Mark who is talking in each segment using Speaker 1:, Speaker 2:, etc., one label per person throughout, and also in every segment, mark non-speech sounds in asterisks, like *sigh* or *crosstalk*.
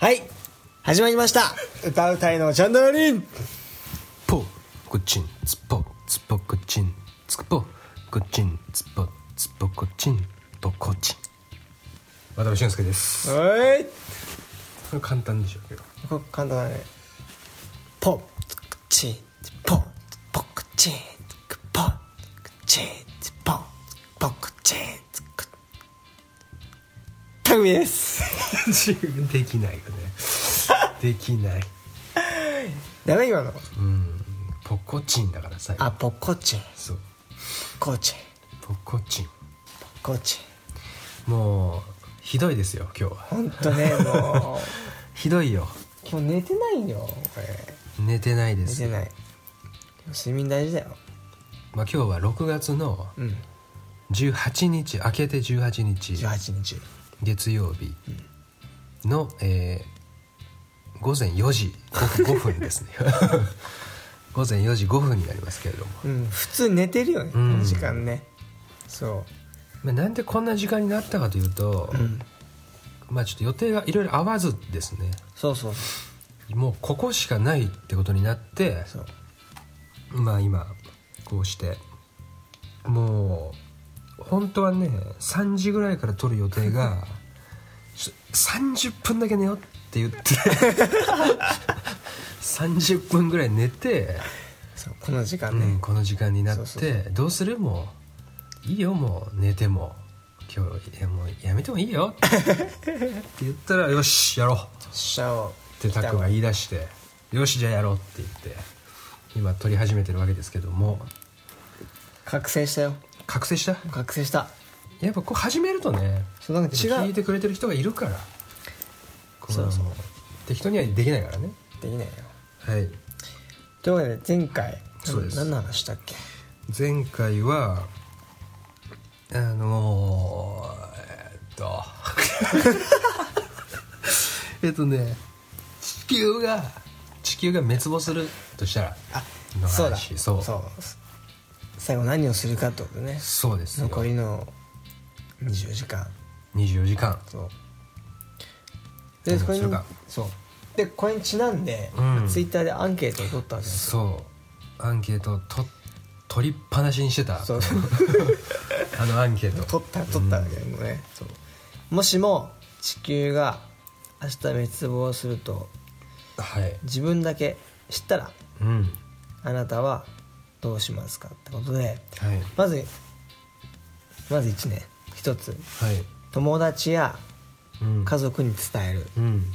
Speaker 1: はい始まりました歌うたいのチャンネルリン
Speaker 2: ぽこちんつぽつぽこちんつぽこちんつぽつぽこちんぽこちん渡辺俊介です
Speaker 1: おい
Speaker 2: これ簡単 *laughs* でしょうけど
Speaker 1: これ簡単だねポンチンポンポクチンポンチンポンポクチンタグミです
Speaker 2: 自分できないよねできない
Speaker 1: ダメ今の
Speaker 2: うんぽこちんだからさ
Speaker 1: あポコチン
Speaker 2: そう
Speaker 1: コチン
Speaker 2: ぽこちん
Speaker 1: コチン
Speaker 2: もうひどいですよ今日は
Speaker 1: ほんとねもう
Speaker 2: ひどいよ
Speaker 1: 今日寝てないよこれ
Speaker 2: 寝てないで
Speaker 1: 寝
Speaker 2: す
Speaker 1: てない睡眠大事だよ
Speaker 2: まあ、今日は6月の
Speaker 1: うん
Speaker 2: 18日明けて18日
Speaker 1: 18日
Speaker 2: 月曜日の、えー午前4時 5, 分ですね *laughs* 午前4時5分になりますけれども、
Speaker 1: うん普通寝てるよね、こ
Speaker 2: うん
Speaker 1: の時間ねそ
Speaker 2: まあ、なんでこんな時間になったかというと、
Speaker 1: う、うん、
Speaker 2: まあちょっと予定がいろいろ合わずですね
Speaker 1: そうそう
Speaker 2: もうここしかないってことになって
Speaker 1: そう
Speaker 2: まあ今こうしてもう本当はね3時ぐらいから撮る予定
Speaker 1: *laughs*
Speaker 2: がちょ30分だけ寝ようっ
Speaker 1: *laughs*
Speaker 2: て言って30分ぐらい寝て、
Speaker 1: そうこの時間
Speaker 2: うん
Speaker 1: ね、
Speaker 2: この時間になって
Speaker 1: そうそう
Speaker 2: どうするもういいよもう寝ても今日いやもうやめてもいいよって言ったらよしやろう
Speaker 1: しゃおう
Speaker 2: ってタクが言い出してよしじゃあやろうって言って今撮り始めてるわけですけども
Speaker 1: 覚醒したよ
Speaker 2: 覚醒した
Speaker 1: 覚醒した
Speaker 2: やっぱこう始めるとね
Speaker 1: そうなんか違
Speaker 2: 聞
Speaker 1: う
Speaker 2: いてくれてる人がいるからこ
Speaker 1: そうそう
Speaker 2: も適当にはできないからね
Speaker 1: できないよ
Speaker 2: はい
Speaker 1: というわけで前回
Speaker 2: そうです
Speaker 1: 何の話したっけ
Speaker 2: 前回はあのー、 *laughs* えっとえっとね地球が地球が滅亡するとしたら
Speaker 1: あ
Speaker 2: の話
Speaker 1: そうだ
Speaker 2: そう
Speaker 1: 最後何をするかってことね
Speaker 2: そうですよ
Speaker 1: 残りの24時間
Speaker 2: 24時間
Speaker 1: そう
Speaker 2: 何
Speaker 1: で
Speaker 2: を
Speaker 1: これ
Speaker 2: す
Speaker 1: に
Speaker 2: るか
Speaker 1: そうでこれにちなんで、
Speaker 2: うん
Speaker 1: ツイッターでアンケートを取ったんです
Speaker 2: そうアンケートをと取りっぱなしにしてた
Speaker 1: そう
Speaker 2: *laughs* あのアンケート
Speaker 1: 取った取ったんだけどね、そうもしも地球が明日滅亡すると
Speaker 2: はい
Speaker 1: 自分だけ知ったら
Speaker 2: うん
Speaker 1: あなたはどうしますかってことで
Speaker 2: はい
Speaker 1: まずまず1年1つ
Speaker 2: はい
Speaker 1: 友達や
Speaker 2: うん
Speaker 1: 家族に伝える
Speaker 2: うん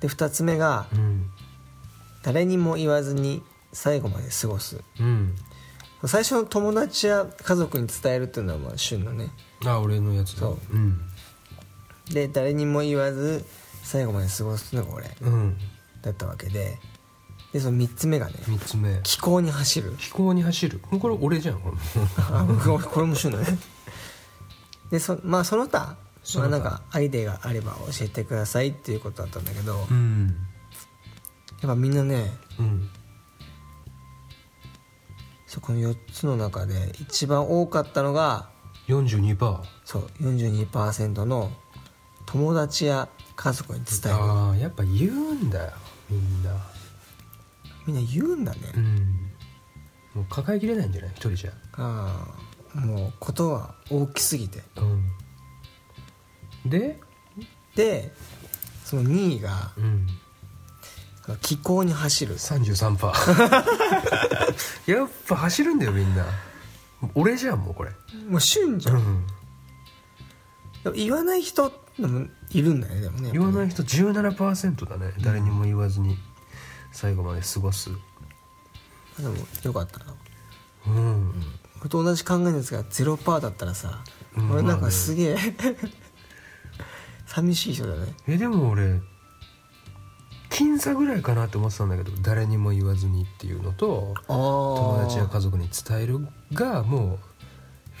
Speaker 1: で2つ目が
Speaker 2: うん
Speaker 1: 誰にも言わずに最後まで過ごす
Speaker 2: うん
Speaker 1: 最初の友達や家族に伝えるっていうのはまあ旬のね
Speaker 2: あ俺のやつだ
Speaker 1: そう
Speaker 2: うん
Speaker 1: で誰にも言わず最後まで過ごすのが俺
Speaker 2: うん
Speaker 1: だったわけででその3つ目がね
Speaker 2: 3つ目
Speaker 1: 気候に走る
Speaker 2: 飛行に走るこれ俺 *laughs* じゃんこれ
Speaker 1: あこれこれも旬だねでそ,、まあ、その他
Speaker 2: その
Speaker 1: まあ、
Speaker 2: 他
Speaker 1: なんかアイデアがあれば教えてくださいっていうことだったんだけど、やっ
Speaker 2: ん
Speaker 1: ぱみんなね
Speaker 2: うん
Speaker 1: そこの4つの中で一番多かったのが
Speaker 2: 42パー
Speaker 1: そう42%の友達や家族に伝える
Speaker 2: ああやっぱ言うんだよみんな
Speaker 1: みんな言うんだね、
Speaker 2: うんもう抱えきれないんじゃない一人じゃ
Speaker 1: ああもうことは大きすぎて
Speaker 2: うんで
Speaker 1: でその2位が
Speaker 2: うん
Speaker 1: あの気候に走る
Speaker 2: 33パー *laughs* やっぱ走るんだよみんな俺じゃんもうこれ
Speaker 1: もう旬じゃん
Speaker 2: ん
Speaker 1: でも言わない人もいるんだねでもね
Speaker 2: 言わない人17%だね誰にも言わずに最後まで過ごす
Speaker 1: でもよかったな
Speaker 2: うん
Speaker 1: 俺と同じ考えですがゼロパーだったらさ、
Speaker 2: うん
Speaker 1: 俺なん
Speaker 2: まあ
Speaker 1: か
Speaker 2: ね
Speaker 1: すげえ、寂しい人だね
Speaker 2: えでも俺僅差ぐらいかなって思ってたんだけど誰にも言わずにっていうのと
Speaker 1: あ
Speaker 2: 友達や
Speaker 1: あ
Speaker 2: 家族に伝えるがも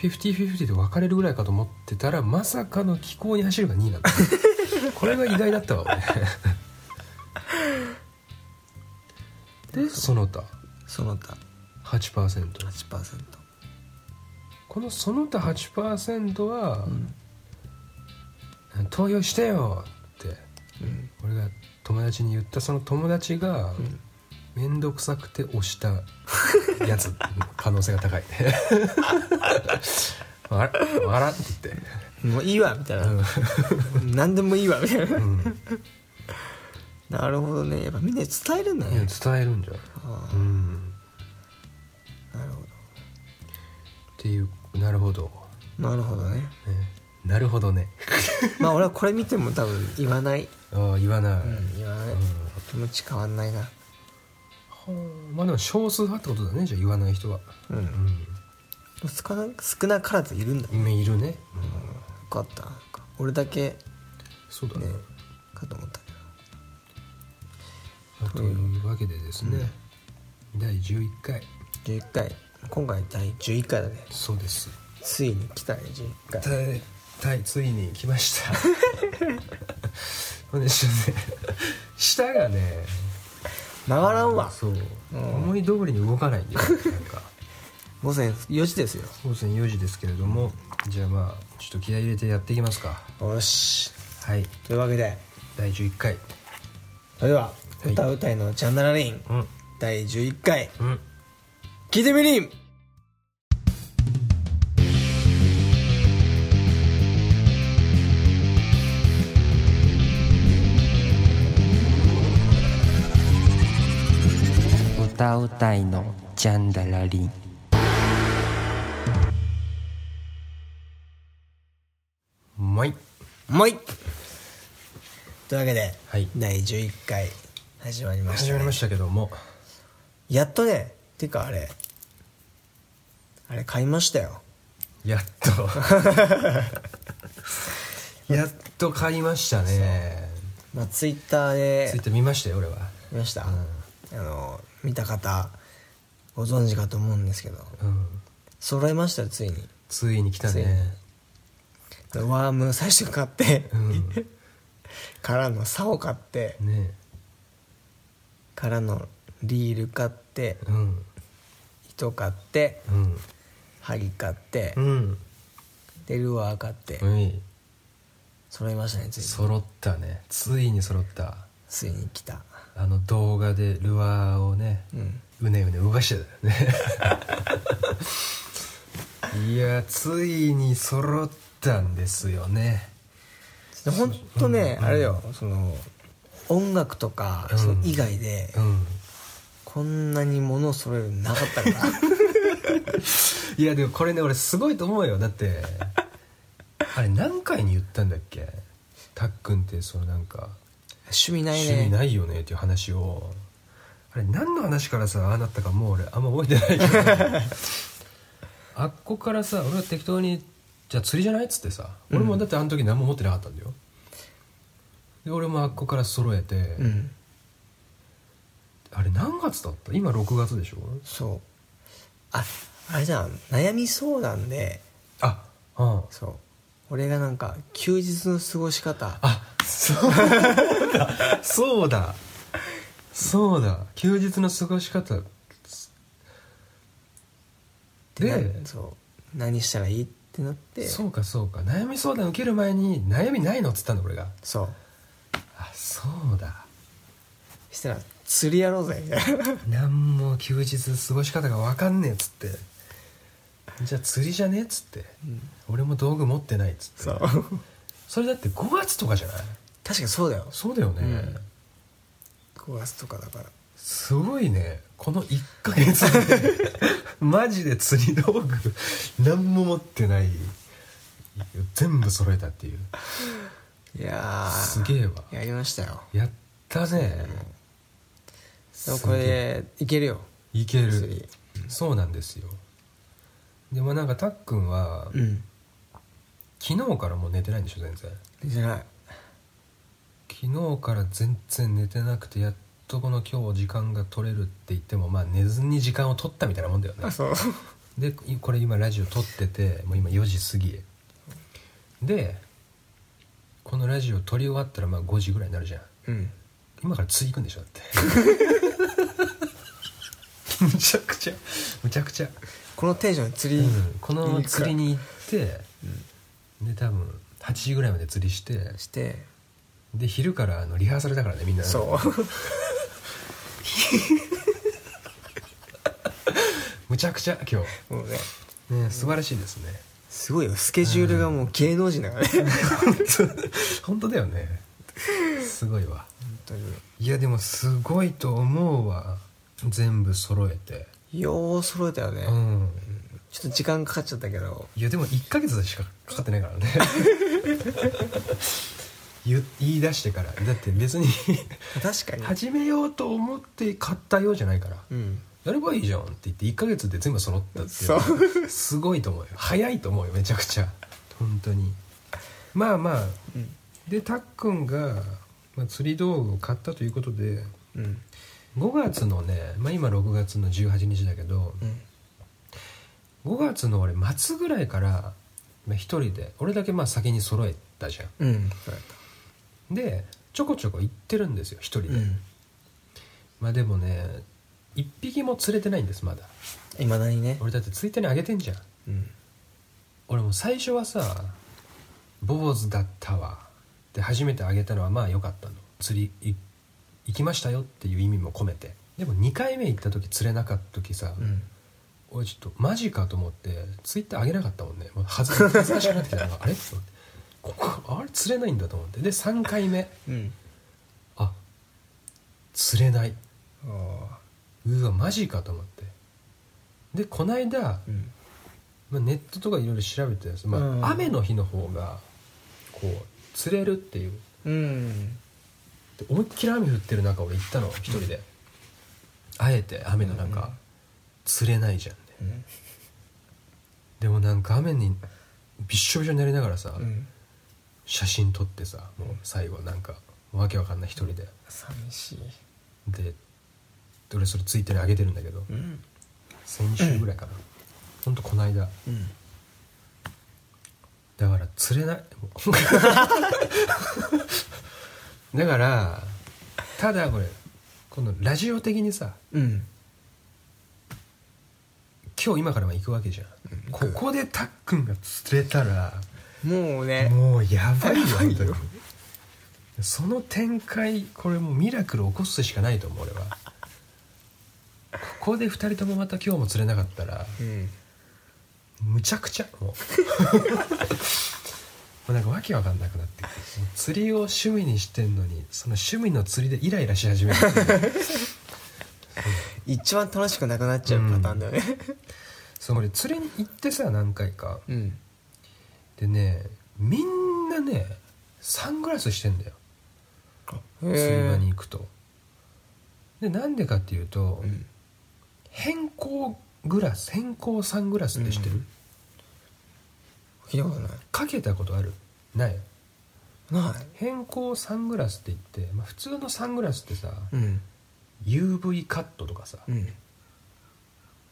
Speaker 2: う50/50で分かれるぐらいかと思ってたらまさかの気候に走るが2位だった *laughs* これが意外だったわ *laughs* 俺でその他
Speaker 1: その他
Speaker 2: 8%
Speaker 1: 8%
Speaker 2: このその他8%は、
Speaker 1: ん
Speaker 2: 投票してよって
Speaker 1: うん
Speaker 2: 俺が友達に言ったその友達が
Speaker 1: ん
Speaker 2: 面倒くさくて押したやつ *laughs* 可能性が高い *laughs* あらあらって言って
Speaker 1: もういいわみたいな、何でもいいわみたいな、
Speaker 2: ん
Speaker 1: なるほどねやっぱみんな伝えるんだ
Speaker 2: いや
Speaker 1: ね
Speaker 2: 伝えるんじゃない
Speaker 1: あ
Speaker 2: うん
Speaker 1: あなるほ
Speaker 2: っていうなるほど、
Speaker 1: どなるほどね
Speaker 2: ね、なるほどね
Speaker 1: まあ俺はこれ見ても多分言わない、
Speaker 2: ああ言わない、
Speaker 1: うん、言わない、気持ち変わんないな
Speaker 2: はあまあでも少数派ってことだねじゃあ言わない人は
Speaker 1: うん、
Speaker 2: うん
Speaker 1: 少な少なからずいるんだよ
Speaker 2: 今いるね、
Speaker 1: かったなんか俺だけ
Speaker 2: そうだね
Speaker 1: ねかと思ったけど
Speaker 2: あというわけでですね、第11回
Speaker 1: 11回今回第11回だね
Speaker 2: そうです
Speaker 1: ついに来たね11回
Speaker 2: *laughs* たたいついに来ました *laughs* ほんでちょっとね舌がね
Speaker 1: 曲がらんわ
Speaker 2: そう、思い通りに動かないんだよなんか
Speaker 1: 午前4時ですよ
Speaker 2: 午前4時ですけれどもじゃあまあちょっと気合い入れてやっていきますか
Speaker 1: よし
Speaker 2: はい
Speaker 1: というわけで
Speaker 2: 第11回
Speaker 1: それでは
Speaker 2: い
Speaker 1: 歌うたいのジャンナラレイン
Speaker 2: うん
Speaker 1: 第11回
Speaker 2: うん
Speaker 1: 聞いてみりん
Speaker 3: 歌うたいのジャンダラリン
Speaker 2: まい
Speaker 1: もういというわけで、
Speaker 2: はい
Speaker 1: 第11回始まりました
Speaker 2: 始まりましたけども
Speaker 1: やっとねてかあれあれ買いましたよ
Speaker 2: やっ
Speaker 1: *laughs*
Speaker 2: とやっと買いましたね
Speaker 1: まあツイッターで
Speaker 2: ツイッター見ましたよ俺は
Speaker 1: 見ました、あの見た方ご存知かと思うんですけど
Speaker 2: うん
Speaker 1: 揃いましたよついに
Speaker 2: ついに来た
Speaker 1: ついに
Speaker 2: ね
Speaker 1: ワーム最初買って、
Speaker 2: ん
Speaker 1: からの竿を買って
Speaker 2: ね
Speaker 1: からのリール買って
Speaker 2: うん
Speaker 1: 糸買って
Speaker 2: うん
Speaker 1: 針買って、
Speaker 2: うん
Speaker 1: でルアー買って、
Speaker 2: うん
Speaker 1: 揃いましたねついに
Speaker 2: 揃ったねついに揃った
Speaker 1: ついに来た
Speaker 2: あの動画でルアーをね、
Speaker 1: うん
Speaker 2: うねうね動かしてたよ
Speaker 1: *laughs*
Speaker 2: ねいやついに揃ったんですよね
Speaker 1: で本当ね、あれよその音楽とか、
Speaker 2: うん
Speaker 1: その以外で、
Speaker 2: うん
Speaker 1: こんなに物を揃えるのなかった
Speaker 2: *laughs*
Speaker 1: から
Speaker 2: いやでもこれね俺すごいと思うよだってあれ何回に言ったんだっけたっくんってそのなんか
Speaker 1: 趣味ないね
Speaker 2: 趣味ないよねっていう話をあれ何の話からさああなったかもう俺あんま覚えてないけ
Speaker 1: *laughs*
Speaker 2: どあっこからさ俺が適当に「じゃあ釣りじゃない?」っつってさ俺もだってあの時何も持ってなかったんだよ、で俺もあっこから揃えて、
Speaker 1: うん
Speaker 2: あれ何月だった今6月でしょ
Speaker 1: そうああれじゃん悩み相談で
Speaker 2: あうん
Speaker 1: そう俺がなんか休日の過ごし方
Speaker 2: あそうだそうだそうだ休日の過ごし方
Speaker 1: な
Speaker 2: で
Speaker 1: そう何したらいいってなって
Speaker 2: そうかそうか悩み相談受ける前に悩みないのっつったんだ俺が
Speaker 1: そう
Speaker 2: あそうだ
Speaker 1: したら釣りやろうぜみたいな
Speaker 2: なんも休日過ごし方が分かんねえっつってじゃあ釣りじゃねえっつって、俺も道具持ってないっつって
Speaker 1: そう
Speaker 2: それだって5月とかじゃない
Speaker 1: 確かにそうだよ
Speaker 2: そうだよね、
Speaker 1: うん5月とかだから
Speaker 2: すごいねこの1ヶ月
Speaker 1: *laughs*
Speaker 2: でマジで釣り道具何も持ってない全部揃えたっていう
Speaker 1: いやー
Speaker 2: すげえわ
Speaker 1: やりましたよ
Speaker 2: やったね
Speaker 1: でもこれでいけるよ
Speaker 2: いける
Speaker 1: 釣り
Speaker 2: そうなんですよでもなんかたっくんは、
Speaker 1: うん
Speaker 2: 昨日からもう寝てないんでしょ全然
Speaker 1: じゃない
Speaker 2: 昨日から全然寝てなくてやっとこの今日時間が取れるって言ってもまあ寝ずに時間を取ったみたいなもんだよね
Speaker 1: あそう
Speaker 2: でいこれ今ラジオ撮っててもう今4時過ぎでこのラジオ撮り終わったらまあ5時ぐらいになるじゃん
Speaker 1: うん
Speaker 2: 今から釣り行くんでしょだってむちゃくちゃむちゃくちゃ、
Speaker 1: このテンションで釣
Speaker 2: う
Speaker 1: り、
Speaker 2: ん、この釣り
Speaker 1: に
Speaker 2: に行ってで多分8時ぐらいまで釣りして
Speaker 1: して
Speaker 2: で昼からあのリハーサルだからねみんな
Speaker 1: そう *laughs*
Speaker 2: むちゃくちゃ今
Speaker 1: もうね
Speaker 2: 日、ね、素晴らしいですね
Speaker 1: すごいよスケジュールがもう芸能人だからね
Speaker 2: 本当だよねすごいわ
Speaker 1: 本当に
Speaker 2: いやでもすごいと思うわ全部揃えて
Speaker 1: よう揃えたよね、
Speaker 2: うん
Speaker 1: ちょっと時間かかっちゃったけど
Speaker 2: いやでも1ヶ月しかかかってないからね *laughs* 言言い出してからだって
Speaker 1: *laughs*
Speaker 2: 別に
Speaker 1: 確かに
Speaker 2: 始めようと思って買ったようじゃないから、
Speaker 1: うん
Speaker 2: やればいいじゃんって言って1ヶ月で全部揃ったっていうのはすごいと思うよ早いと思うよめちゃくちゃ本当にまあまあ
Speaker 1: うん
Speaker 2: でたっくんが、まあ、釣り道具を買ったということで
Speaker 1: うん
Speaker 2: 5月のね、まあ、今6月の18日だけど
Speaker 1: うん
Speaker 2: 5月の俺末ぐらいからまあ一人で俺だけまあ先に揃えたじゃ
Speaker 1: うんそうやっ
Speaker 2: んでちょこちょこ行ってるんですよ一人で、
Speaker 1: たうん
Speaker 2: まあでもね一匹も釣れてないんですまだ
Speaker 1: いまだにね
Speaker 2: 俺だってツイッターにあげてんじゃん
Speaker 1: うん
Speaker 2: 俺も最初はさ「坊主だったわ」って初めてあげたのはまあ良かったの釣りい行きましたよっていう意味も込めてでも2回目行った時釣れなかった時さ、
Speaker 1: うん
Speaker 2: 俺ちょっとマジかと思ってツイッター上げなかったもんねもう恥ず恥ずかしくなってきたのがあれと思ってここあれ釣れないんだと思ってで3回目
Speaker 1: うん
Speaker 2: あ釣れない
Speaker 1: ああ
Speaker 2: うわマジかと思ってでこないだ
Speaker 1: うん
Speaker 2: まあ、ネットとかいろいろ調べてです、まあ
Speaker 1: うん
Speaker 2: 雨の日の方がこう釣れるっていう
Speaker 1: うん
Speaker 2: で思いっきり雨降ってる中俺行ったの一人で、あえて雨の中、
Speaker 1: うん
Speaker 2: 釣れないじゃんね
Speaker 1: うん
Speaker 2: でもなんか雨にびっしょびしょになりながらさ、
Speaker 1: うん
Speaker 2: 写真撮ってさもう最後なんかわけわかんない一人で
Speaker 1: 寂しい
Speaker 2: で俺それツイッターに上げてるんだけど、
Speaker 1: うん
Speaker 2: 先週ぐらいかな、ほんとこないだ
Speaker 1: うん
Speaker 2: だから釣れない *laughs* もうだからただこれこのラジオ的にさ
Speaker 1: うん
Speaker 2: 今日今からは行くわけじゃん、
Speaker 1: 行
Speaker 2: こ
Speaker 1: く
Speaker 2: こでたっくんが釣れたら
Speaker 1: もうね
Speaker 2: もうやばいよ
Speaker 1: やばいよ
Speaker 2: 本当にその展開これもうミラクル起こすしかないと思う俺はここで2人ともまた今日も釣れなかったら
Speaker 1: うん
Speaker 2: むちゃくちゃもう *laughs* もうなんかわけわかんなくなってくるもう釣りを趣味にしてんのにその趣味の釣りでイライラし始めるって
Speaker 1: *laughs*
Speaker 2: いう
Speaker 1: 一番楽しくなくなっちゃうパターンだよね
Speaker 2: その俺釣りに行ってさ何回か
Speaker 1: うん
Speaker 2: でねみんなねサングラスしてんだよ
Speaker 1: 釣
Speaker 2: 釣り場に行くとでなんでかっていうと、
Speaker 1: うん
Speaker 2: 変更グラス変更サングラスって知ってる、
Speaker 1: うん聞いたことない
Speaker 2: かけたことあるない
Speaker 1: ない
Speaker 2: 変更サングラスって言って、まあ、普通のサングラスってさ、
Speaker 1: うん
Speaker 2: UV カットとかさ、
Speaker 1: うん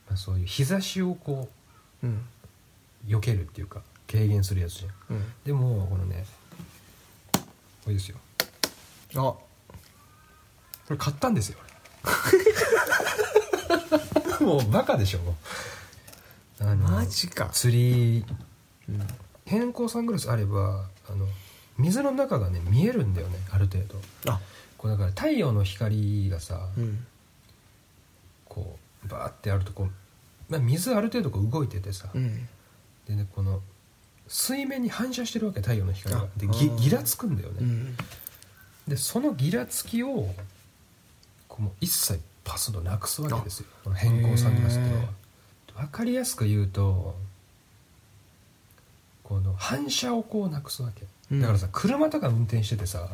Speaker 2: まあ、そういう日差しをこ
Speaker 1: うん
Speaker 2: う避けるっていうか軽減するやつじゃん
Speaker 1: うん
Speaker 2: でもこのねこれですよ
Speaker 1: あ
Speaker 2: これ買ったんで
Speaker 1: *laughs*
Speaker 2: すよ俺もうバカでしょもうあの
Speaker 1: マジか
Speaker 2: 釣り変更サングラスあればあの水の中がね見えるんだよねある程度
Speaker 1: あ
Speaker 2: こうだから太陽の光がさ、
Speaker 1: うん
Speaker 2: こうバーってあるとこう、まあ、水ある程度こう動いててさ、
Speaker 1: うん
Speaker 2: でねこの水面に反射してるわけ太陽の光が
Speaker 1: あ
Speaker 2: でぎ
Speaker 1: あー
Speaker 2: ギラつくんだよね、
Speaker 1: うん
Speaker 2: でそのギラつきをこうもう一切パス度なくすわけですよこの変更サングラスっていうのは
Speaker 1: へ
Speaker 2: 分かりやすく言うとこの反射をこうなくすわけ、
Speaker 1: うん
Speaker 2: だからさ車とか運転しててさ、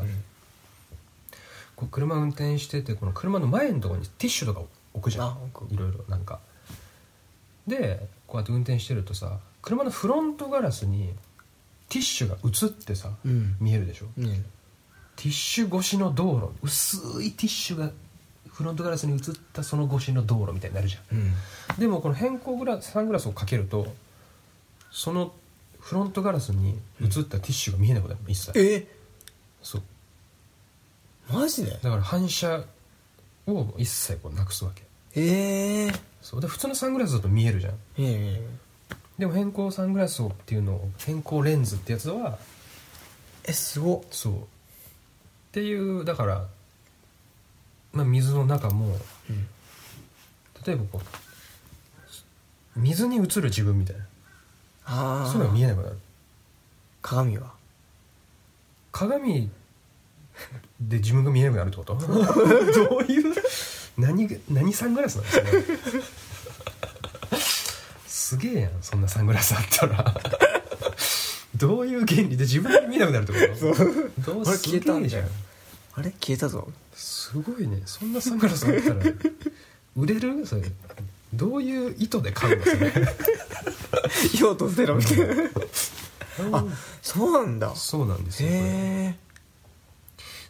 Speaker 2: こう車運転しててこの車の前のところにティッシュとか置くじゃ
Speaker 1: あ
Speaker 2: ん
Speaker 1: 置く
Speaker 2: いろいろなんかでこうやって運転してるとさ車のフロントガラスにティッシュが映ってさ、
Speaker 1: うん
Speaker 2: 見えるでしょ、
Speaker 1: うん
Speaker 2: ティッシュ越しの道路薄いティッシュがフロントガラスに映ったその越しの道路みたいになるじゃ
Speaker 1: うん
Speaker 2: んでもこの変更グラサングラスをかけるとそのフロントガラスに映ったティッシュが見えなくなるの一切
Speaker 1: え
Speaker 2: そう
Speaker 1: マジで
Speaker 2: だから反射を一切こうなくすわけ
Speaker 1: ええ
Speaker 2: そうで普通のサングラスだと見えるじゃん
Speaker 1: いやいやいや
Speaker 2: でも変更サングラスをっていうのを変更レンズってやつは
Speaker 1: えすごっ
Speaker 2: そうっていうだから、まあ、水の中も
Speaker 1: うん
Speaker 2: 例えばこう水に映る自分みたいな
Speaker 1: ああ
Speaker 2: そういうのが見えなくなる
Speaker 1: 鏡は
Speaker 2: 鏡で自分が見えなくなるっ
Speaker 1: *laughs*
Speaker 2: てことどういう何が何サングラスなんですかねすげえやんそんなサングラスあったらどういう原理で自分が見えなくなるってことどう
Speaker 1: あれ
Speaker 2: す
Speaker 1: 消え
Speaker 2: げ
Speaker 1: たん
Speaker 2: え
Speaker 1: じ
Speaker 2: じ
Speaker 1: ゃ
Speaker 2: ゃ
Speaker 1: ん
Speaker 2: ん
Speaker 1: あれ消えたぞ
Speaker 2: すごいねそんなサングラスあったら売れるそれどういう意図で買うのそれ
Speaker 1: 用途ゼロみたいな *laughs* あ *laughs* そうなんだ
Speaker 2: そうなんです
Speaker 1: へ
Speaker 2: よこれ
Speaker 1: え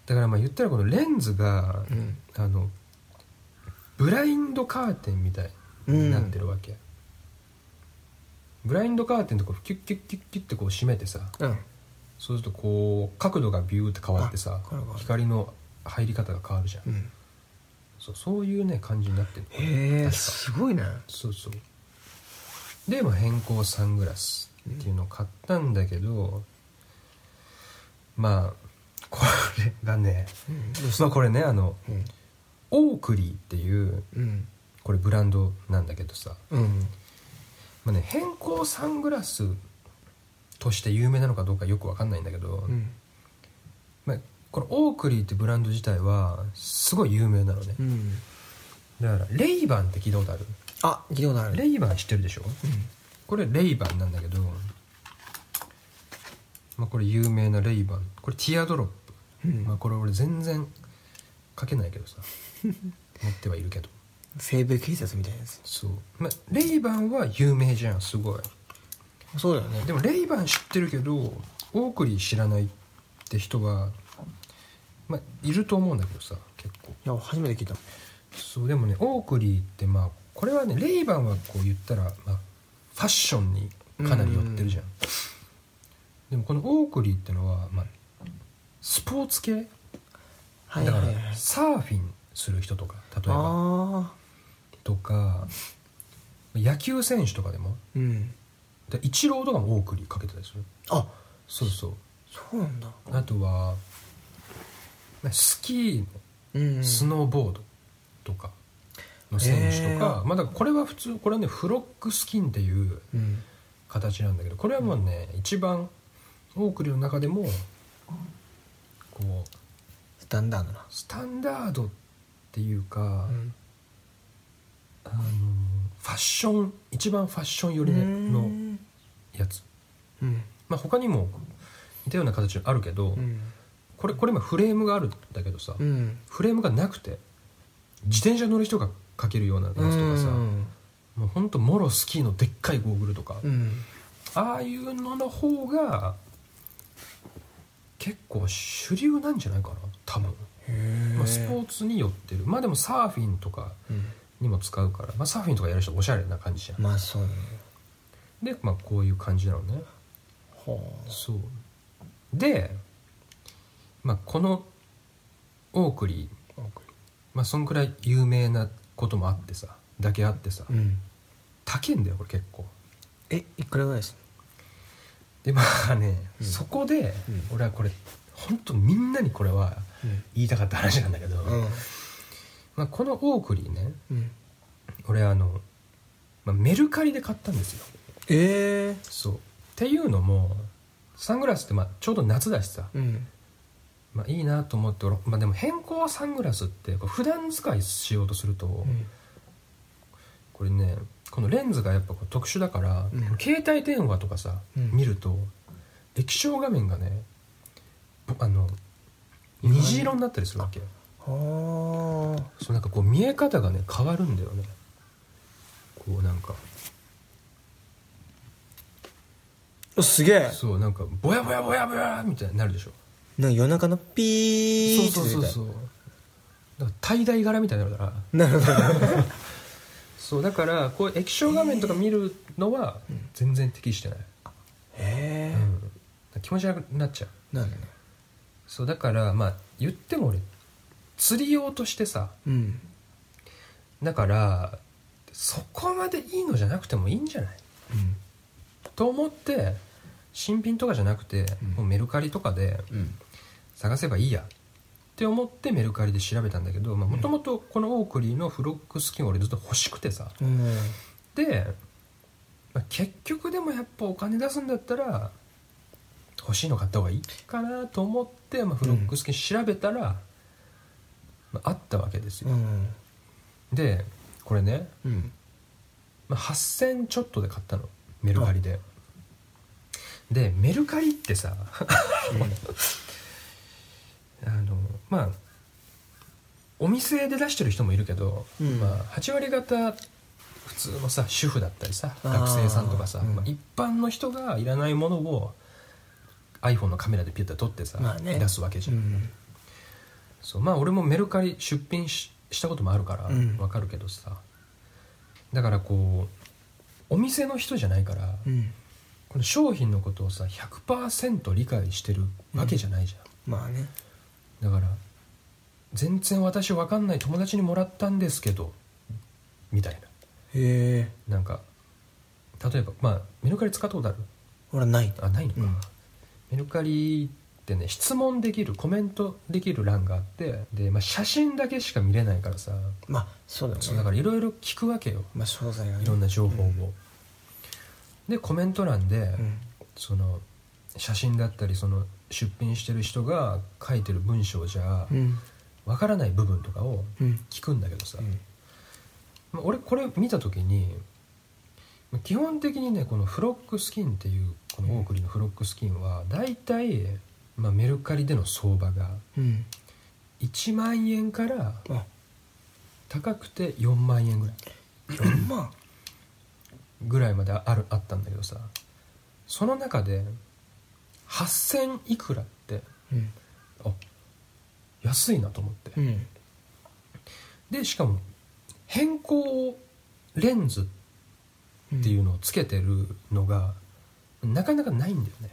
Speaker 2: だからまあ言ったらこのレンズが、
Speaker 1: うん
Speaker 2: あのブラインドカーテンみたいになってるわけ、ブラインドカーテンとかキュッキュッキュッキュッってこう閉めてさ
Speaker 1: うん
Speaker 2: そうするとこう角度がビューって変わってさ
Speaker 1: あ変わる変わる
Speaker 2: 光の入り方が変わるじゃん、
Speaker 1: うん
Speaker 2: そうそういうね感じになってるの
Speaker 1: へえすごいね
Speaker 2: そうそうで、まあ、変更サングラスっていうのを買ったんだけど、まあこれがね、
Speaker 1: うん
Speaker 2: まあ、これねあの
Speaker 1: うん
Speaker 2: オークリーっていう
Speaker 1: うん
Speaker 2: これブランドなんだけどさ、
Speaker 1: うん
Speaker 2: まあね、変更サングラスとして有名なのかどうかよくわかんないんだけど、
Speaker 1: うん
Speaker 2: まあ、このオークリーってブランド自体はすごい有名なのね、
Speaker 1: うん
Speaker 2: だからレイバンって聞いたことある
Speaker 1: あ聞いたことある
Speaker 2: レイバン知ってるでしょこれレイバンなんだけど、まあ、これ有名なレイバンこれティアドロップ、
Speaker 1: うんうん
Speaker 2: まあ、これ俺全然かけないけ
Speaker 1: *laughs*
Speaker 2: どさ持ってはいるけど
Speaker 1: 西部警察みたいなやつ
Speaker 2: そう、まあ、レイバンは有名じゃんすごい
Speaker 1: そうだよね
Speaker 2: でもレイバン知ってるけどオークリー知らないって人は、まあ、いると思うんだけどさ結構
Speaker 1: いや初めて聞いた
Speaker 2: そうでもねオークリーってまあこれはねレイバンはこう言ったら、まあ、ファッションにかなり寄ってるじゃん、でもこのオークリーってのは、まあ、スポーツ系
Speaker 1: はい
Speaker 2: だか
Speaker 1: はいはい
Speaker 2: らサーフィンする人とか例えば
Speaker 1: ああ
Speaker 2: とか野球選手とかでも
Speaker 1: うん
Speaker 2: だイチローとかもオークリーかけてたりする
Speaker 1: あ
Speaker 2: そうそう
Speaker 1: そうなんだ
Speaker 2: あとはまあスキー
Speaker 1: うん
Speaker 2: のスノーボードとかの選手とか、まあだからこれは普通これはねフロックスキンっていう
Speaker 1: うん
Speaker 2: 形なんだけどこれはもうね、一番オークリーの中でもこう
Speaker 1: スタンダードな
Speaker 2: スタンダードっていうか、
Speaker 1: うん
Speaker 2: あのファッション一番ファッション寄りね
Speaker 1: う
Speaker 2: の
Speaker 1: ん
Speaker 2: やつ、
Speaker 1: うん
Speaker 2: まあ、他にも似たような形あるけど、
Speaker 1: うん
Speaker 2: これこれ今フレームがあるんだけどさ、
Speaker 1: うん
Speaker 2: フレームがなくて自転車乗る人がかけるようなやつとかさ、
Speaker 1: うん
Speaker 2: もうほんとモロスキーのでっかいゴーグルとか、
Speaker 1: うん
Speaker 2: ああいうのの方が結構主流なんじゃないかな多分、
Speaker 1: へえ
Speaker 2: まあ、スポーツによってるまあでもサーフィンとか
Speaker 1: うん
Speaker 2: にも使うから、まあ、サーフィンとかやる人おしゃれな感じじゃん、
Speaker 1: まあそうね
Speaker 2: で、まあ、こういう感じなのね
Speaker 1: ほ
Speaker 2: そうで、まあ、このオークリー、
Speaker 1: う
Speaker 2: まあ、そんくらい有名なこともあってさだけあってさ、
Speaker 1: うん
Speaker 2: 高いんだよこれ結構
Speaker 1: えいくらぐらいです
Speaker 2: でまあね、
Speaker 1: うん
Speaker 2: そこで
Speaker 1: うん
Speaker 2: 俺はこれ本当みんなにこれは言いたかった話なんだけど、
Speaker 1: うん
Speaker 2: まあ、このオークリーね
Speaker 1: うん
Speaker 2: 俺あの、まあ、メルカリで買ったんですよ
Speaker 1: ええ
Speaker 2: そうっていうのもサングラスってまあちょうど夏だしさ、
Speaker 1: うん
Speaker 2: まあ、いいなと思って、俺まあ、でも変更サングラスってこう普段使いしようとすると、これねこのレンズがやっぱこう特殊だから、
Speaker 1: うん
Speaker 2: 携帯電話とかさ、
Speaker 1: うん
Speaker 2: 見ると液晶画面がねぼあの虹色になったりするわけ
Speaker 1: はあ
Speaker 2: そうなんかこう見え方がね変わるんだよねこうなんか
Speaker 1: おすげえ
Speaker 2: そうなんかぼやぼやぼやぼやみたいになるでしょ
Speaker 1: なんか夜中のピー
Speaker 2: そうそうそうそううだから滞在柄みたいになるから
Speaker 1: なるほど
Speaker 2: そうだからこう液晶画面とか見るのは全然適してない、
Speaker 1: へ
Speaker 2: うんだから気持ち悪くなっちゃう
Speaker 1: えなるね
Speaker 2: そうだからまあ言っても俺釣り用としてさ
Speaker 1: うん
Speaker 2: だからそこまでいいのじゃなくてもいいんじゃないと思って新品とかじゃなくて、
Speaker 1: うん
Speaker 2: もうメルカリとかで
Speaker 1: うん
Speaker 2: 探せばいいやっって思ってメルカリで調べたんだけどもともとこのオークリーのフロックスキン俺ずっと欲しくてさ
Speaker 1: うん
Speaker 2: で、まあ結局でもやっぱお金出すんだったら欲しいの買った方がいいかなと思って、まあ、フロックスキン調べたら、まあ、あったわけです
Speaker 1: う
Speaker 2: よ、
Speaker 1: ん
Speaker 2: でこれね、
Speaker 1: うん
Speaker 2: まあ、8000ちょっとで買ったのメルカリででメルカリってさ *laughs* あのまあお店で出してる人もいるけど、
Speaker 1: うん
Speaker 2: まあ、8割方普通のさ主婦だったりさ
Speaker 1: あー
Speaker 2: 学生さんとかさ、
Speaker 1: うん
Speaker 2: まあ、一般の人がいらないものを iPhone のカメラでピュッと撮ってさ、
Speaker 1: まあね
Speaker 2: 出すわけじ
Speaker 1: う
Speaker 2: ゃん、
Speaker 1: ん
Speaker 2: そうまあ俺もメルカリ出品ししたこともあるから
Speaker 1: うん
Speaker 2: わかるけどさ、だからこうお店の人じゃないから、
Speaker 1: うん
Speaker 2: この商品のことをさ100%理解してるわけじゃないじ
Speaker 1: まあね
Speaker 2: ゃん、だから全然私わかんない友達にもらったんですけどみたい
Speaker 1: へえ
Speaker 2: ななんか例えばまあメルカリ使ったことある
Speaker 1: 俺はない
Speaker 2: あないのか、
Speaker 1: うん
Speaker 2: メルカリってね質問できるコメントできる欄があってで、まあ、写真だけしか見れないからさ
Speaker 1: まあそうだよね
Speaker 2: そうだからいろいろ聞くわけよ
Speaker 1: まあ商材がね
Speaker 2: いろんな情報を、
Speaker 1: うん
Speaker 2: でコメント欄で、
Speaker 1: うん
Speaker 2: その写真だったりその出品してる人が書いてる文章じゃ
Speaker 1: うん
Speaker 2: わからない部分とかを
Speaker 1: うん
Speaker 2: 聞くんだけどさ、
Speaker 1: うん
Speaker 2: まあ俺これ見た時にまあ基本的にねこのフロックスキンっていうこのオークリーのフロックスキンは大体、まあ、メルカリでの相場が
Speaker 1: うん
Speaker 2: 1万円から
Speaker 1: あ
Speaker 2: 高くて4万円ぐらい
Speaker 1: 4万
Speaker 2: ぐらいまであるあったんだけどさその中で8000いくらって
Speaker 1: うん
Speaker 2: あ安いなと思って、
Speaker 1: うん
Speaker 2: でしかも変更レンズっていうのをつけてるのがなかなかないんだよね、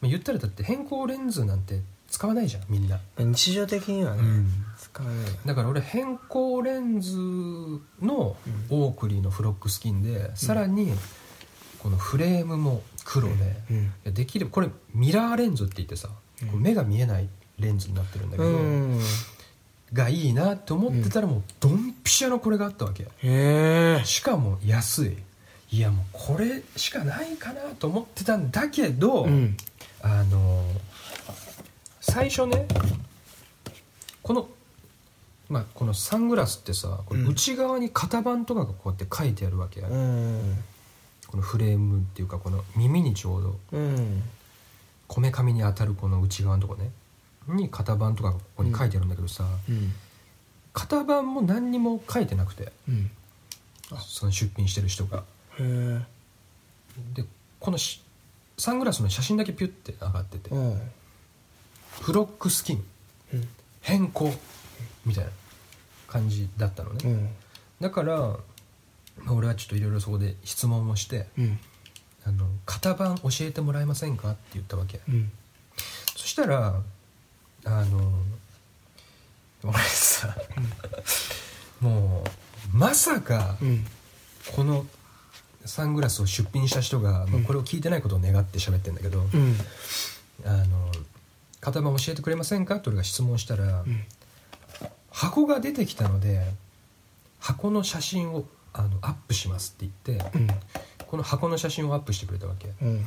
Speaker 2: まあ、言ったらだって変更レンズなんて使わないじゃんみんな、
Speaker 1: 日常的にはね、
Speaker 2: うん
Speaker 1: 使わないよね
Speaker 2: だから俺変更レンズのオークリーのフロックスキンで、さらにこのフレームも黒で、
Speaker 1: うん
Speaker 2: いやできればこれミラーレンズって言ってさ、
Speaker 1: うん
Speaker 2: こう目が見えないレンズになってるんだけど、
Speaker 1: うん
Speaker 2: がいいなって思ってたらもうドンピシャのこれがあったわけ
Speaker 1: へえ
Speaker 2: しかも安いいやもうこれしかないかなと思ってたんだけど、
Speaker 1: うん
Speaker 2: あの最初ねこのまあこのサングラスってさこれ
Speaker 1: うん
Speaker 2: 内側に型番とかがこうやって書いてあるわけ、
Speaker 1: うん
Speaker 2: このフレームっていうかこの耳にちょうど
Speaker 1: うん
Speaker 2: こめかみに当たるこの内側のとこねに型番とかがここに書いてあるんだけどさ、
Speaker 1: うん
Speaker 2: 型番も何にも書いてなくて
Speaker 1: うん
Speaker 2: その出品してる人が
Speaker 1: へえ
Speaker 2: でこのしサングラスの写真だけピュッて上がってて
Speaker 1: うん
Speaker 2: フロックスキン
Speaker 1: うん
Speaker 2: 変更みたいな感じだったの
Speaker 1: う
Speaker 2: ね
Speaker 1: ん
Speaker 2: だからまあ俺はちょっといろいろそこで質問をして
Speaker 1: うん
Speaker 2: 「あの型番教えてもらえませんか?」って言ったわけ
Speaker 1: うん
Speaker 2: そしたらあの俺さもうまさか
Speaker 1: うん
Speaker 2: このサングラスを出品した人が、まあ
Speaker 1: うん
Speaker 2: これを聞いてないことを願って喋ってんだけど、
Speaker 1: うん
Speaker 2: あの型番教えてくれませんかって俺が質問したら、
Speaker 1: うん
Speaker 2: 箱が出てきたので箱の写真をあのアップしますって言って、
Speaker 1: うん
Speaker 2: この箱の写真をアップしてくれたわけ
Speaker 1: うん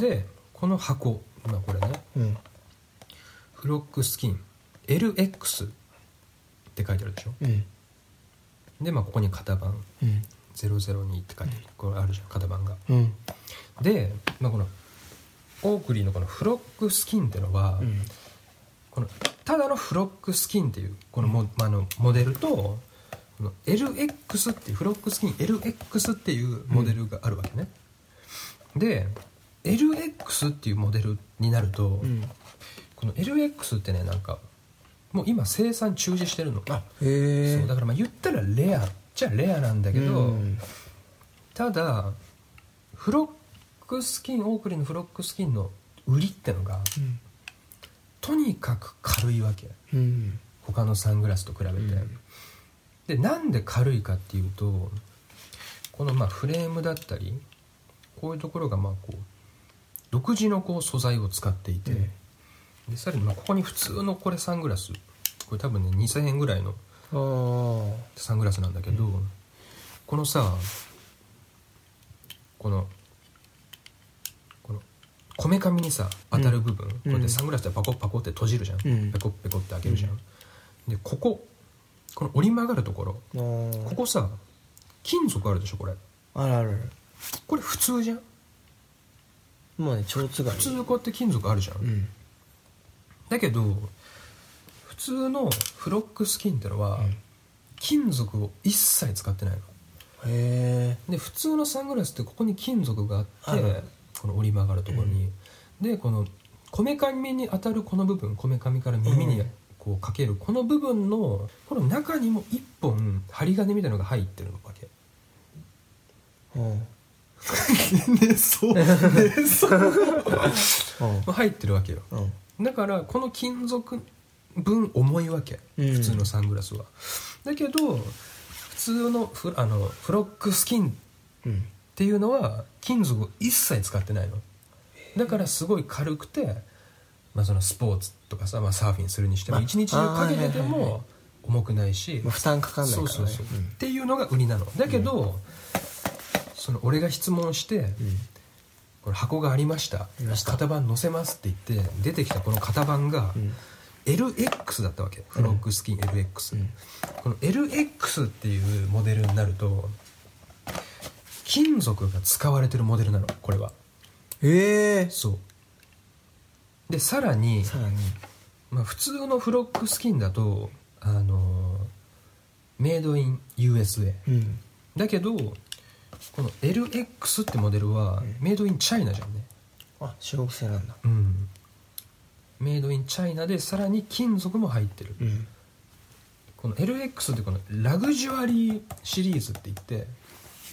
Speaker 2: でこの箱今これね
Speaker 1: うん
Speaker 2: フロックスキン LX って書いてあるでしょ
Speaker 1: うん
Speaker 2: でまあここに型番
Speaker 1: うん
Speaker 2: 002って書いてあるこれあるじゃん型番が
Speaker 1: うん
Speaker 2: で、まあ、このオークリーのこのフロックスキンってのは、このただのフロックスキンっていうこのモ,、まあ、あのモデルとこの LX っていうフロックスキン LX っていうモデルがあるわけね、で LX っていうモデルになると、
Speaker 1: うん
Speaker 2: この LX ってねなんかもう今生産中止してるの
Speaker 1: あへえ
Speaker 2: そうだからまあ言ったらレアじゃレアなんだけど、
Speaker 1: うん
Speaker 2: ただフロックスキンオークリーのフロックスキンの売りってのが
Speaker 1: うん
Speaker 2: とにかく軽いわけ
Speaker 1: うん
Speaker 2: 他のサングラスと比べて、
Speaker 1: うん
Speaker 2: でなんで軽いかっていうとこのまあフレームだったりこういうところがまあこう独自のこう素材を使っていて、
Speaker 1: うん
Speaker 2: でさらにまあここに普通のこれサングラスこれ多分ね2000円ぐらいの
Speaker 1: あー
Speaker 2: サングラスなんだけど、このさこのこのこめかみにさ当たる部分、こうやってサングラスでパコッパコって閉じるじゃん、
Speaker 1: うん
Speaker 2: ペコッペコって開けるじゃん、でこここの折り曲がるところ
Speaker 1: あー
Speaker 2: ここさ金属あるでしょこれ
Speaker 1: あるあるある
Speaker 2: これ普通じゃん
Speaker 1: もうね蝶つがり
Speaker 2: 普通こうやって金属あるじゃん、
Speaker 1: うん
Speaker 2: だけど普通のフロックスキンってのは、金属を一切使ってないの
Speaker 1: へえ
Speaker 2: で普通のサングラスってここに金属があ
Speaker 1: あ
Speaker 2: って
Speaker 1: る
Speaker 2: この折り曲がるところに、でこのこめかみに当たるこの部分こめかみから耳に
Speaker 1: うん
Speaker 2: こうかけるこの部分のこの中にも一本針金みたいなのが入ってるわ
Speaker 1: *laughs*
Speaker 2: け
Speaker 1: うんうん
Speaker 2: 寝そう寝 *laughs* そう入ってるわけよ
Speaker 1: うん
Speaker 2: だからこの金属分重いわけ
Speaker 1: うん
Speaker 2: 普通のサングラスは、だけど普通のフあのフロックスキン
Speaker 1: うん
Speaker 2: っていうのは金属を一切使ってないのだからすごい軽くて、まあ、そのスポーツとかさ、まあ、サーフィンするにしても
Speaker 1: まあ
Speaker 2: 一日中かけてて
Speaker 1: あーはいはいはい
Speaker 2: も重くないし、
Speaker 1: まあ負担かかんないか
Speaker 2: そ
Speaker 1: ら
Speaker 2: う
Speaker 1: ね
Speaker 2: そうそう、っていうのが売りなのだけど、その俺が質問して、
Speaker 1: うんうん
Speaker 2: これ箱がありました
Speaker 1: りました
Speaker 2: 型番載せますって言って出てきたこの型番が LX だったわけ、フロックスキン LX、
Speaker 1: うん
Speaker 2: この LX っていうモデルになると金属が使われてるモデルなのこれは
Speaker 1: ええ
Speaker 2: そうでさらに、
Speaker 1: さらに
Speaker 2: まあ、普通のフロックスキンだとあのメイドイン USA
Speaker 1: うん
Speaker 2: だけどこの LX ってモデルはメイドインチャイナじゃんね、
Speaker 1: あ中国製なんだ
Speaker 2: うん、メイドインチャイナでさらに金属も入ってる、
Speaker 1: うん
Speaker 2: この LX ってこのラグジュアリーシリーズって言って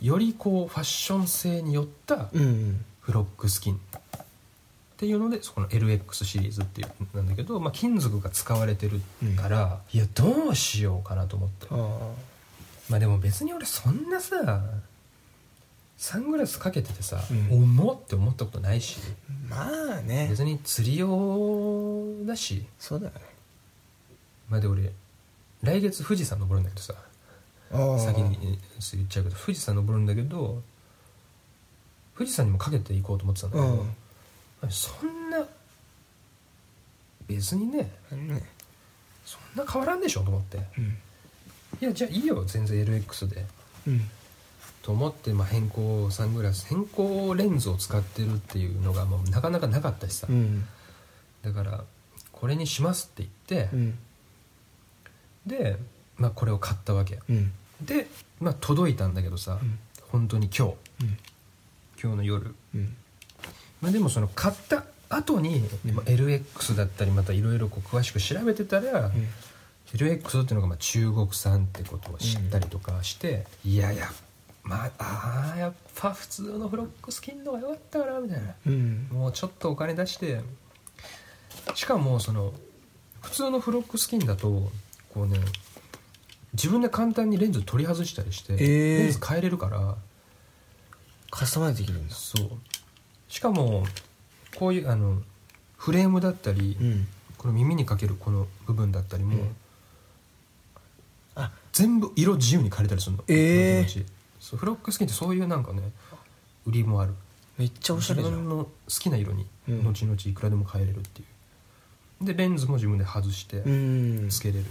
Speaker 2: よりこうファッション性によった
Speaker 1: うんうん
Speaker 2: フロックスキンっていうのでそこの LX シリーズっていうなんだけど、まあ、金属が使われてるから、いやどうしようかなと思って
Speaker 1: ああ
Speaker 2: まあでも別に俺そんなさサングラスかけててさ、
Speaker 1: うん
Speaker 2: 重っって思ったことないし
Speaker 1: まあね
Speaker 2: 別に釣り用だし
Speaker 1: そうだよね
Speaker 2: まあで俺来月富士山登るんだけどさ
Speaker 1: ああ
Speaker 2: 先に言っちゃうけど富士山登るんだけど富士山にもかけていこうと思ってたんだけ
Speaker 1: う
Speaker 2: ど、
Speaker 1: ん
Speaker 2: そんな別にね
Speaker 1: ね
Speaker 2: そんな変わらんでしょと思って
Speaker 1: うん
Speaker 2: いやじゃあいいよ全然 LX で
Speaker 1: うん
Speaker 2: と思って、まあ、変更サングラス変更レンズを使ってるっていうのがもうなかなかなかったしさ、
Speaker 1: うん
Speaker 2: だからこれにしますって言って、
Speaker 1: うん
Speaker 2: で、まあ、これを買ったわけ
Speaker 1: うん
Speaker 2: で、まあ、届いたんだけどさ、
Speaker 1: うん
Speaker 2: 本当に今日
Speaker 1: うん
Speaker 2: 今日の夜
Speaker 1: うん
Speaker 2: まあ、でもその買った後に、まあ LX だったりまたいろいろこう詳しく調べてたら、LX っていうのがまあ中国産ってことを知ったりとかして、いやいやまああーやっぱ普通のフロックスキンのが良かったかなみたいな、
Speaker 1: うん
Speaker 2: もうちょっとお金出してしかもその普通のフロックスキンだとこうね自分で簡単にレンズ取り外したりして、
Speaker 1: えー
Speaker 2: レンズ変えれるから
Speaker 1: カスタマイズできるんだ
Speaker 2: そうしかもこういうあのフレームだったり、
Speaker 1: ん
Speaker 2: この耳にかけるこの部分だったりも、
Speaker 1: うんあ
Speaker 2: 全部色自由に変えれたりするの
Speaker 1: えー
Speaker 2: 後々そうフロックスキンってそういうなんかね売りもある
Speaker 1: めっちゃおしゃ
Speaker 2: 自
Speaker 1: れじゃ
Speaker 2: 分
Speaker 1: ん
Speaker 2: の好きな色に
Speaker 1: うん
Speaker 2: 後々いくらでも変えれるっていう、でレンズも自分で外して
Speaker 1: うん
Speaker 2: つけれるっ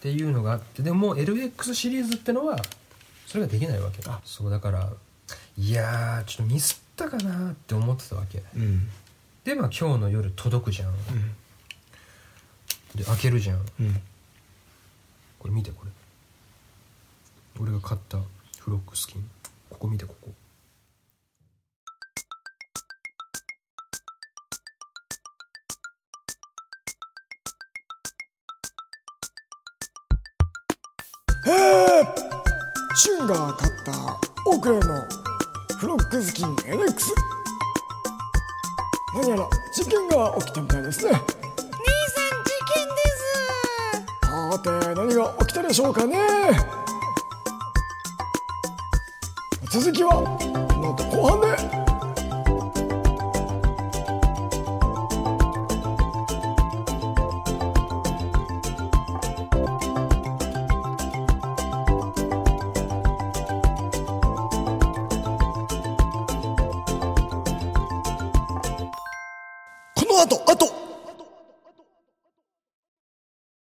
Speaker 2: ていう,、っていうのがあってでも LX シリーズってのはそれができないわけ
Speaker 1: あ
Speaker 2: そうだからいやーちょっとミスったかなって思ってたわけ
Speaker 1: うん
Speaker 2: でまあ今日の夜届くじゃん
Speaker 1: うん
Speaker 2: で開けるじゃん
Speaker 1: うん
Speaker 2: これ見てこれ俺が買ったフロックスキンここ見てここ
Speaker 4: シュンが買ったオークレのフロックスキン LX 何やら事件が起きたみたいですね兄さん事件ですさて何が起きたでしょうかね続きはこの後後半で